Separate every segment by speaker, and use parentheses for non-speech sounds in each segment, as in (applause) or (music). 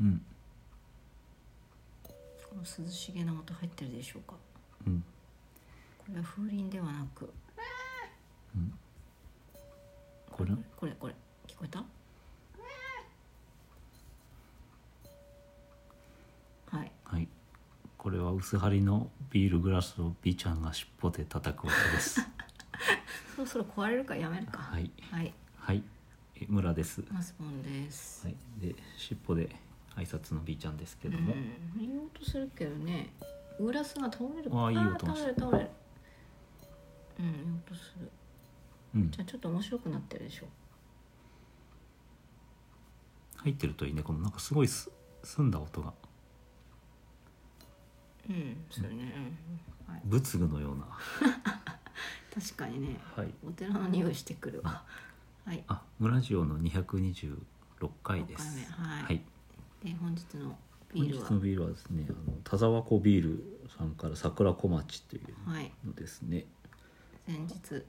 Speaker 1: うん
Speaker 2: この涼しげな音入ってるでしょうか
Speaker 1: うん
Speaker 2: これは風鈴ではなく
Speaker 1: これ
Speaker 2: これこれ聞こえたはい
Speaker 1: はいこれは薄張りのビールグラスをビちゃんが尻尾で叩く音です
Speaker 2: (laughs) そろそろ壊れるからやめるか
Speaker 1: はい
Speaker 2: はい
Speaker 1: はいえ村です、
Speaker 2: マスボンです、
Speaker 1: はい、で尻尾で挨拶のビちゃんですけ
Speaker 2: う
Speaker 1: ども、
Speaker 2: んいい音するけどねグラスが倒れる
Speaker 1: あーいい音
Speaker 2: 倒れる倒れるうんいい音する
Speaker 1: うん
Speaker 2: じゃあちょっと面白くなってるでしょ
Speaker 1: 入ってるといいねこのなんかすごいす澄んだ音が
Speaker 2: うんそうね、うんはい、
Speaker 1: 仏具のような
Speaker 2: 確かにね
Speaker 1: はい
Speaker 2: お寺の匂いしてくるわはい
Speaker 1: あ村ジオの226回で
Speaker 2: 六
Speaker 1: す
Speaker 2: 回目はい
Speaker 1: はい
Speaker 2: で本日のビー
Speaker 1: 本日
Speaker 2: ルは
Speaker 1: のビールはですねあの田沢湖ビールさんから桜小町という
Speaker 2: はい
Speaker 1: のですね、
Speaker 2: 先日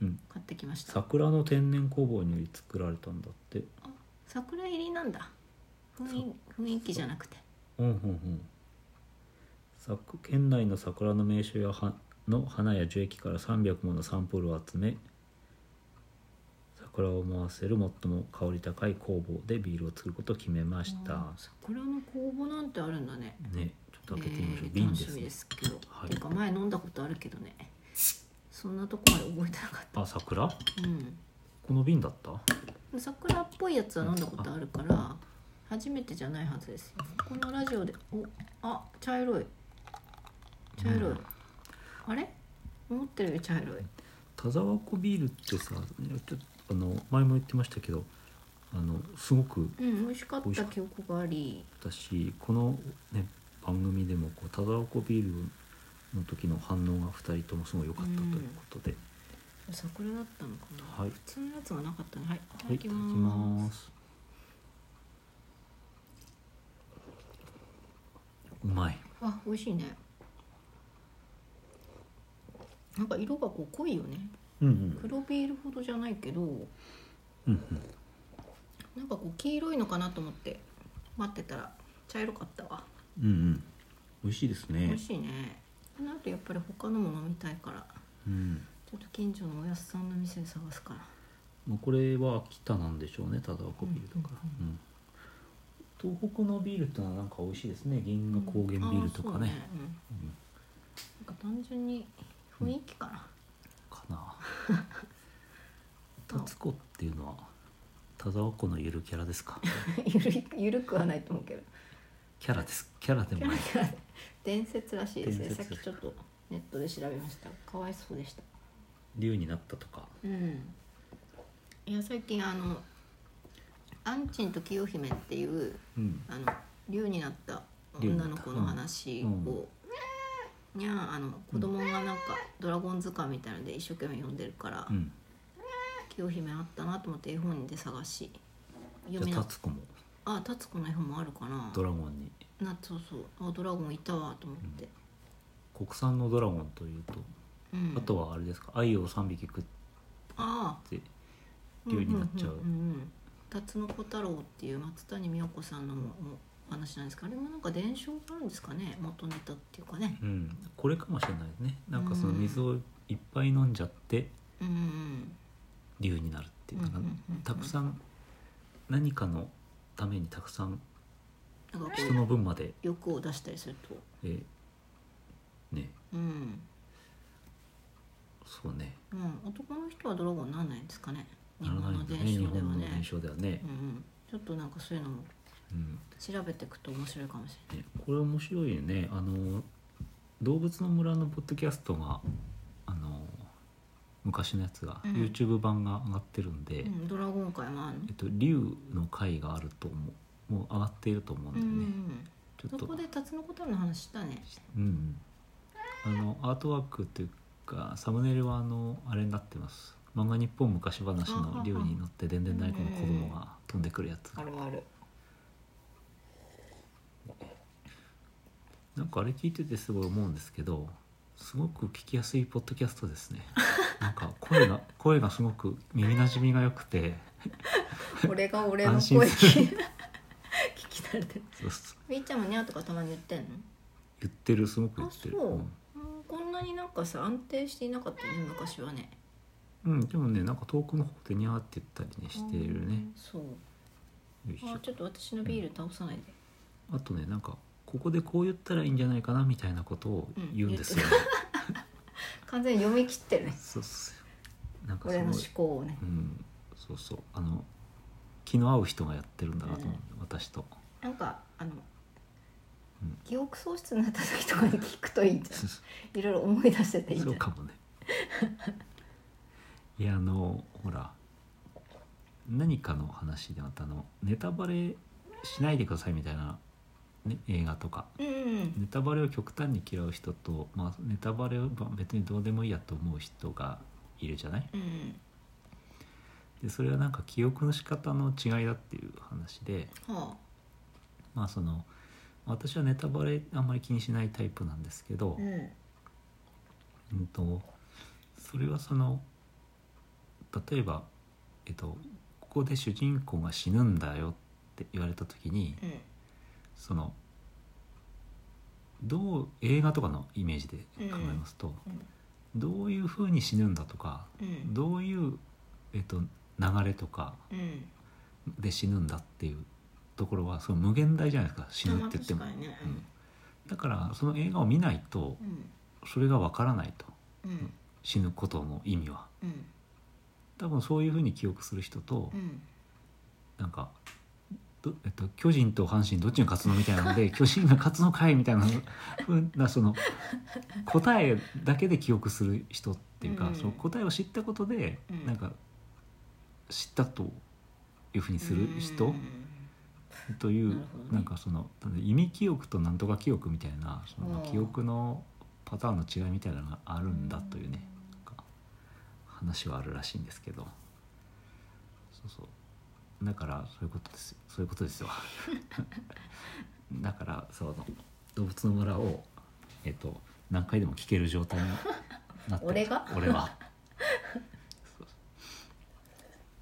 Speaker 1: うん、
Speaker 2: 買ってきました
Speaker 1: 桜の天然工房により作られたんだって
Speaker 2: あ桜入りなんだ雰囲雰囲気じゃなくて
Speaker 1: うんうんうん作県内の桜の名所やはの花や樹液から300ものサンプルを集め桜を思わせる最も香り高い工房でビールを作ることを決めました
Speaker 2: あー桜の公募なんてあるんだね
Speaker 1: ねちょっと開けてみましょう、
Speaker 2: えー
Speaker 1: 瓶
Speaker 2: 楽
Speaker 1: で
Speaker 2: し
Speaker 1: す
Speaker 2: み
Speaker 1: ね
Speaker 2: ですけど、
Speaker 1: はい
Speaker 2: てか前飲んだことあるけどねそんなとこまで覚えてなかっ
Speaker 1: あ桜
Speaker 2: たうん
Speaker 1: この瓶だった
Speaker 2: 桜っぽいやつは飲んだことあるから初めてじゃないはずですよこのラジオでおあ茶色い茶色い、
Speaker 1: うん
Speaker 2: あれ思ってるより茶色い
Speaker 1: 田沢湖ビールってさいやちょっとあの前も言ってましたけどあのすごく
Speaker 2: うん美味しか
Speaker 1: 美
Speaker 2: っ
Speaker 1: 味したかっ
Speaker 2: 記憶があり
Speaker 1: だしこの、ね、番組でもこう田沢湖ビールの時の反応が2人ともすごい良かったということで、
Speaker 2: 桜だったのかな、
Speaker 1: はい
Speaker 2: 普通のやつがなかったねはいいた
Speaker 1: はい
Speaker 2: だ
Speaker 1: いた
Speaker 2: き
Speaker 1: だき
Speaker 2: ます,、
Speaker 1: ますうまい
Speaker 2: あ美味しいねなんか色がこう濃いよね
Speaker 1: うんうん
Speaker 2: 黒ビールほどじゃないけど
Speaker 1: うんうん
Speaker 2: なんかこう黄色いのかなと思って待ってたら茶色かったわ
Speaker 1: うんうん美味しいです
Speaker 2: 美
Speaker 1: ね
Speaker 2: 味しいねこの後やっぱり他のも飲みたいから
Speaker 1: うん
Speaker 2: ちょっと近所のおやすさんの店探すから
Speaker 1: まあこれは秋田なんでしょうね田沢湖ビールだから、
Speaker 2: う
Speaker 1: うん東北のビールってのはなんか美味しいですね銀河高原ビールと
Speaker 2: あ
Speaker 1: かね,、
Speaker 2: ーそううん、
Speaker 1: うん、
Speaker 2: なんか単純に雰囲気かな、 (laughs)
Speaker 1: か (laughs) なタツコっていうのは田沢湖のゆるキャラです (laughs) か
Speaker 2: ゆるいゆるくはないと思うけど
Speaker 1: キャラですキャラでもない
Speaker 2: 伝説らしいですね
Speaker 1: 伝
Speaker 2: さっ
Speaker 1: 説
Speaker 2: きちょっとネットで調べましたかわいそうでした
Speaker 1: 竜になったとか
Speaker 2: うんいや最近あの「アンチンと清姫」っていう
Speaker 1: うん
Speaker 2: あの竜になった女の子の話
Speaker 1: うん
Speaker 2: を、にゃんあの子供がなんか「ドラゴン図鑑」みたいので一生懸命読んでるから、
Speaker 1: うん
Speaker 2: 清姫あったなと思って絵本で探し
Speaker 1: じ
Speaker 2: 読
Speaker 1: ゃ
Speaker 2: み
Speaker 1: あ
Speaker 2: な
Speaker 1: タツコも
Speaker 2: あタツ子の絵本もあるかな
Speaker 1: ドラゴンに
Speaker 2: なそうそうあドラゴンいたわと思って、
Speaker 1: 国産のドラゴンというと
Speaker 2: うん、
Speaker 1: あとはあれですか愛を3匹食っ
Speaker 2: ああ
Speaker 1: て竜になっちゃう,、
Speaker 2: んんんんタツノコ太郎っていう松谷美代子さんのもお話なんですけどあれもなんか伝承があるんですかね元ネタっていうかね
Speaker 1: うんこれかもしれないですねなんかその水をいっぱい飲んじゃって
Speaker 2: うんうん
Speaker 1: 竜になるっていうなんか
Speaker 2: うんうんうんうん
Speaker 1: たくさん何かのためにたくさん
Speaker 2: なんかこ
Speaker 1: 人
Speaker 2: う
Speaker 1: の分まで、
Speaker 2: 欲を出したりすると
Speaker 1: えーね
Speaker 2: うん、
Speaker 1: そうね
Speaker 2: うん、男の人はドラゴンなんないんですかね日
Speaker 1: なら
Speaker 2: 本
Speaker 1: ない
Speaker 2: の
Speaker 1: んだ
Speaker 2: 伝
Speaker 1: ね日
Speaker 2: 承では
Speaker 1: 本の
Speaker 2: ね
Speaker 1: 伝承ではね
Speaker 2: う、んうん、ちょっとなんかそういうのも
Speaker 1: うん
Speaker 2: 調べていくと面白いかもし
Speaker 1: ねこれ面白いよねあの動物の村のポッドキャストがあの昔のやつが、
Speaker 2: うん
Speaker 1: YouTube 版が上がってるん
Speaker 2: れ
Speaker 1: で、
Speaker 2: ない、うん、ドラゴン界もあるの
Speaker 1: えっと竜の回があると思うもう上がっていると思うんだ
Speaker 2: う
Speaker 1: よね、
Speaker 2: ん
Speaker 1: ちょっ
Speaker 2: そ
Speaker 1: と
Speaker 2: こでタツノコ太郎の話したね
Speaker 1: うんうん、あのアートワークというかサムネイルはあのあれになってます漫画日本昔話の竜に乗ってでんでん太鼓の子供が飛んでくるやつ
Speaker 2: あるある
Speaker 1: なんかあれ聞いててすごい思うんですけどすごく聞きやすいポッドキャストですね (laughs) なんか声が声がすごく耳なじみが良くて
Speaker 2: 俺が俺の
Speaker 1: 安
Speaker 2: 声
Speaker 1: 心
Speaker 2: 聞
Speaker 1: す
Speaker 2: き
Speaker 1: る
Speaker 2: (laughs) 聞きされてる
Speaker 1: そうそう
Speaker 2: みーちゃんもにゃーとかたまに言ってんの
Speaker 1: 言ってるすごく言ってる
Speaker 2: あそう
Speaker 1: うん
Speaker 2: うんこんなになんかさ安定していなかったよね昔はね
Speaker 1: うん、でもねなんか遠くの方でにゃーって言ったりねしてるね
Speaker 2: うんそう
Speaker 1: よいしょ
Speaker 2: あちょっと私のビール倒さないで
Speaker 1: あとねなんかここでこう言ったらいいんじゃないかなみたいなことを言うん
Speaker 2: (laughs)
Speaker 1: ですよ、ね
Speaker 2: 完全に読み切ってるね
Speaker 1: そうっすよなんか
Speaker 2: 俺
Speaker 1: そ
Speaker 2: の
Speaker 1: の
Speaker 2: 思考をね
Speaker 1: うんそうそうあの気の合う人がやってるんだなと思う、私と
Speaker 2: なんかあの、
Speaker 1: うん
Speaker 2: 記憶喪失になった時とかに聞くといいんじゃんいろいろ思い出してていいんじ
Speaker 1: そ
Speaker 2: ゃ
Speaker 1: うんかもね (laughs) いやあのほら何かの話でまたあのネタバレしないでくださいみたいな、ね、映画とか
Speaker 2: うんうん
Speaker 1: ネタバレを極端に嫌う人と、まあ、ネタバレをまあ別にどうでもいいやと思う人がいるじゃない
Speaker 2: うんうん
Speaker 1: でそれはなんか記憶の仕方の違いだっていう話で
Speaker 2: は
Speaker 1: まあその私はネタバレあんまり気にしないタイプなんですけど、
Speaker 2: あうん
Speaker 1: うんとそれはその例えば、えっと、ここで主人公が死ぬんだよって言われた時に
Speaker 2: うん
Speaker 1: そのどう映画とかのイメージで考えますと、どういうふうに死ぬんだとか
Speaker 2: うん
Speaker 1: どういう、えっと、流れとか
Speaker 2: うん
Speaker 1: で死ぬんだっていうところはその無限大じゃないですか死ぬって言っても。
Speaker 2: まあ確かにね
Speaker 1: うんだからその映画を見ないと
Speaker 2: うん
Speaker 1: それがわからないと
Speaker 2: うん
Speaker 1: 死ぬことの意味は。
Speaker 2: うん
Speaker 1: 多分そういうふうに記憶する人と、
Speaker 2: うん
Speaker 1: なんか、どえっと、巨人と阪神どっちが勝つのみたいな
Speaker 2: (laughs)
Speaker 1: ので巨人が勝つのかいみたいなふうなその答えだけで記憶する人っていうか、
Speaker 2: うん
Speaker 1: その答えを知ったことで、
Speaker 2: うん
Speaker 1: なんか知ったというふうにする
Speaker 2: う
Speaker 1: 人
Speaker 2: ん
Speaker 1: という、
Speaker 2: なるほどね
Speaker 1: なんかその意味記憶となんとか記憶みたいなそ
Speaker 2: う
Speaker 1: の
Speaker 2: ん
Speaker 1: 記憶のパターンの違いみたいなのがあるんだというね。なんか話はあるらしいんですけどそうそうだからそういうことですそういうことです
Speaker 2: (laughs)
Speaker 1: よだからその動物の村をえっと何回でも聞ける状態になって
Speaker 2: 俺が
Speaker 1: 俺
Speaker 2: (laughs)
Speaker 1: はそう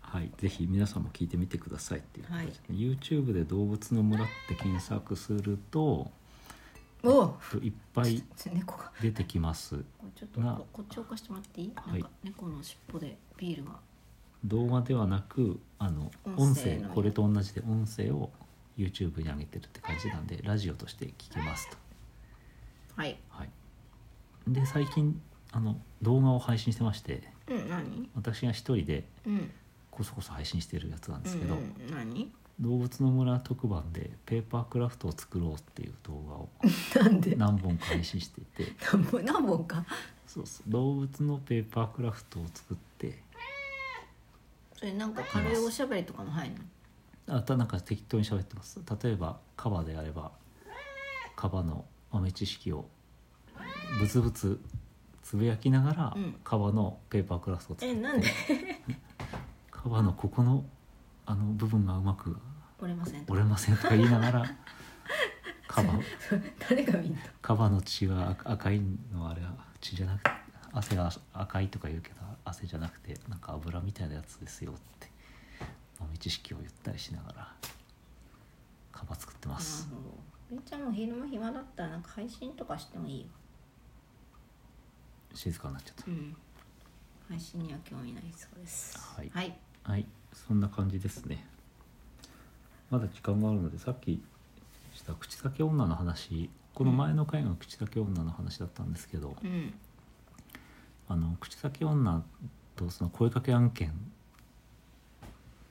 Speaker 1: はいぜひ皆さんも聞いてみてくださいっていうことですね、YouTube で「動物の村」って検索すると
Speaker 2: おう
Speaker 1: といっぱい
Speaker 2: ちょ猫が
Speaker 1: 出てきます
Speaker 2: ちょっと
Speaker 1: な
Speaker 2: ここっち置かしてもらっていい、
Speaker 1: はい
Speaker 2: なんか猫の尻尾でビールが
Speaker 1: 動画ではなくあの音
Speaker 2: 音
Speaker 1: 声
Speaker 2: 声の
Speaker 1: これと同じで音声を YouTube に上げてるって感じなんでラジオとして聞けますと、
Speaker 2: はい
Speaker 1: はい、で最近あの動画を配信してまして
Speaker 2: うん何
Speaker 1: 私が一人で
Speaker 2: うん
Speaker 1: こそこそ配信してるやつなんですけど、
Speaker 2: うんうん、何
Speaker 1: 動物の村特番でペーパークラフトを作ろうっていう動画を
Speaker 2: (laughs) なんで
Speaker 1: 何本か配信していて
Speaker 2: 何本 (laughs) 何本か
Speaker 1: そうそう動物のペーパークラフトを作って
Speaker 2: それなんか軽いおしゃべりとかも入るの
Speaker 1: あたなんか適当に喋ってます例えばカバであればカバの豆知識をブツブツつぶやきながら、
Speaker 2: うん
Speaker 1: カバのペーパークラフトを作っ
Speaker 2: え
Speaker 1: て
Speaker 2: なんで
Speaker 1: (laughs) カバのここのあの部分がうまく
Speaker 2: 折れませんとか
Speaker 1: 折れませんとか言いながら
Speaker 2: (laughs)
Speaker 1: カバ
Speaker 2: 誰が見んの
Speaker 1: カバの血は赤赤いのあれは血じゃなくて汗が赤いとか言うけど汗じゃなくてなんか油みたいなやつですよって豆知識を言ったりしながらカバ作ってます。
Speaker 2: みーちゃんも昼間暇だったらなんか配信とかしてもいいよ
Speaker 1: 静かになっちゃっ
Speaker 2: うん配信には興味ないそうです
Speaker 1: はい
Speaker 2: はい、
Speaker 1: たはいそんな感じですねまだ時間があるのでさっきした口裂け女の話この前の回が口裂け女の話だったんですけど、
Speaker 2: うん
Speaker 1: あの口裂け女とその声かけ案件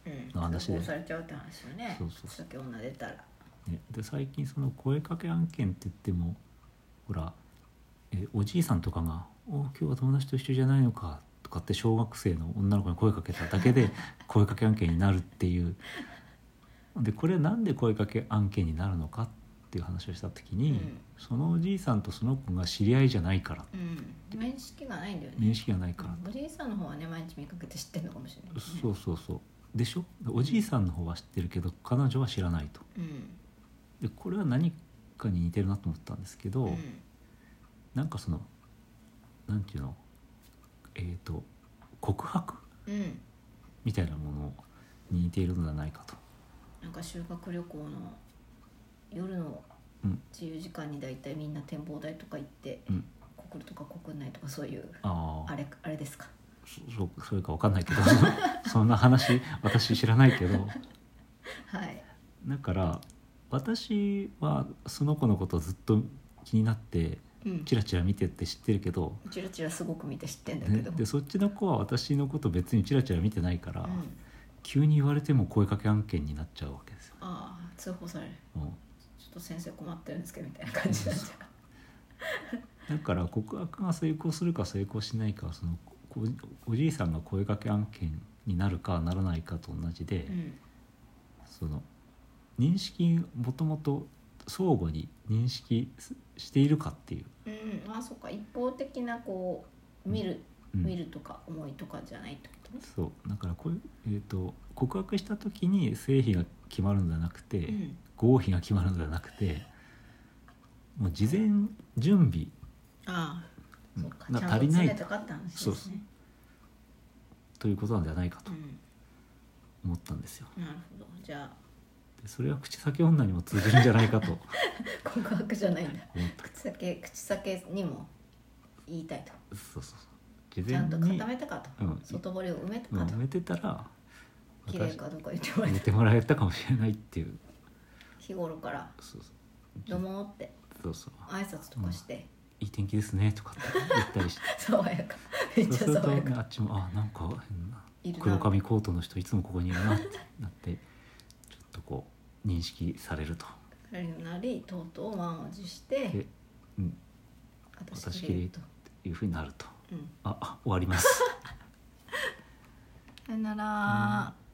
Speaker 2: うん
Speaker 1: の話で
Speaker 2: 通報されちゃうって話よね
Speaker 1: そうそうそう
Speaker 2: 酒女出たら
Speaker 1: ね、で最近その声かけ案件って言ってもほらえおじいさんとかが「お今日は友達と一緒じゃないのか」とかって小学生の女の子に声かけただ
Speaker 2: (laughs)
Speaker 1: けで声かけ案件になるっていうでこれなんで声かけ案件になるのかっていう話をした時に、
Speaker 2: うん
Speaker 1: そのおじいさんとその子が知り合いじゃないから
Speaker 2: うん面識がないんだよね
Speaker 1: 面識がないから、
Speaker 2: おじいさんの方はね毎日見かけて知ってるのかもしれないけどね
Speaker 1: そうそうそうでしょでおじいさんの方は知ってるけど彼女は知らないと
Speaker 2: うん
Speaker 1: でこれは何かに似てるなと思ったんですけど、
Speaker 2: うん
Speaker 1: なんかそのなんていうのえっ、と告白
Speaker 2: うん
Speaker 1: みたいなものに似ているのではないかと
Speaker 2: なんか修学旅行の夜の
Speaker 1: うん
Speaker 2: 自由時間にだいたいみんな展望台とか行って、
Speaker 1: うん
Speaker 2: 国とか国内とかそういう
Speaker 1: あ
Speaker 2: あ
Speaker 1: あ
Speaker 2: れあれですか
Speaker 1: そそうそういうかわかんないけど (laughs) そんな話私知らないけど
Speaker 2: はい
Speaker 1: だから私はその子のことずっと気になって
Speaker 2: うん
Speaker 1: チラチラ見てって知ってるけど、
Speaker 2: チラチラすごく見て知ってんだけ
Speaker 1: ね、
Speaker 2: ど、
Speaker 1: でそっちの子は私のこと別にチラチラ見てないから、
Speaker 2: うん、
Speaker 1: 急に言われても声かけ案件になっちゃうわけですよ。
Speaker 2: ああ通報される
Speaker 1: も
Speaker 2: ちょっと先生困ってるんですけどみたいな感じになっちゃう
Speaker 1: うだから告白が成功するか成功しないかはそのおおじいさんが声かけ案件になるかならないかと同じで、
Speaker 2: うん
Speaker 1: その認識もともと相互に認識すしているかっていう、
Speaker 2: うん、あそっか一方的なこう見る、
Speaker 1: うん
Speaker 2: 見るとか思いとかじゃないってことね、
Speaker 1: そうだからこういう、えー、と告白した時に成否が決まるんじゃなくて、
Speaker 2: うん、
Speaker 1: 合否が決まるんじゃなくてもう事前準備
Speaker 2: ああそっ
Speaker 1: うんな
Speaker 2: かちゃん
Speaker 1: 足
Speaker 2: と
Speaker 1: りな
Speaker 2: 詰
Speaker 1: い
Speaker 2: めたかったんです
Speaker 1: そう
Speaker 2: ね
Speaker 1: そうということなんじゃないかと
Speaker 2: うん
Speaker 1: 思ったんですよ。
Speaker 2: なるほどじゃ
Speaker 1: でそれは口先女にも通じるんじゃないかと思っ
Speaker 2: あ告白じゃないんだ
Speaker 1: た。
Speaker 2: 口先口先にも言いたいと
Speaker 1: そうそうそう事
Speaker 2: ちゃ
Speaker 1: 前
Speaker 2: んと
Speaker 1: に
Speaker 2: 固めたかと、
Speaker 1: うん
Speaker 2: 外堀を埋めた
Speaker 1: ま
Speaker 2: か
Speaker 1: あ
Speaker 2: と
Speaker 1: 埋めてたら
Speaker 2: 綺麗かどうか言ってもら
Speaker 1: 私
Speaker 2: え
Speaker 1: 寝
Speaker 2: た
Speaker 1: てもらえたかもしれないっていう
Speaker 2: 日頃から
Speaker 1: そうそう
Speaker 2: 「どうも」って
Speaker 1: そうそう
Speaker 2: 挨拶とかして、
Speaker 1: いい天気ですねとかって言ったりして
Speaker 2: 爽やかめっ
Speaker 1: (laughs) そう
Speaker 2: ち
Speaker 1: す
Speaker 2: ゃ
Speaker 1: ると
Speaker 2: 爽
Speaker 1: ね
Speaker 2: やか
Speaker 1: あっちもあなんか変ない
Speaker 2: るな
Speaker 1: 黒髪コートの人いつもここにいるなってなってちょっとこう認識されると
Speaker 2: なりなりとうとう満を持して
Speaker 1: でうん
Speaker 2: 「私
Speaker 1: 私
Speaker 2: 綺
Speaker 1: 綺麗
Speaker 2: 麗と
Speaker 1: と」いうふうになると
Speaker 2: うん
Speaker 1: ああ終わります
Speaker 2: さよなら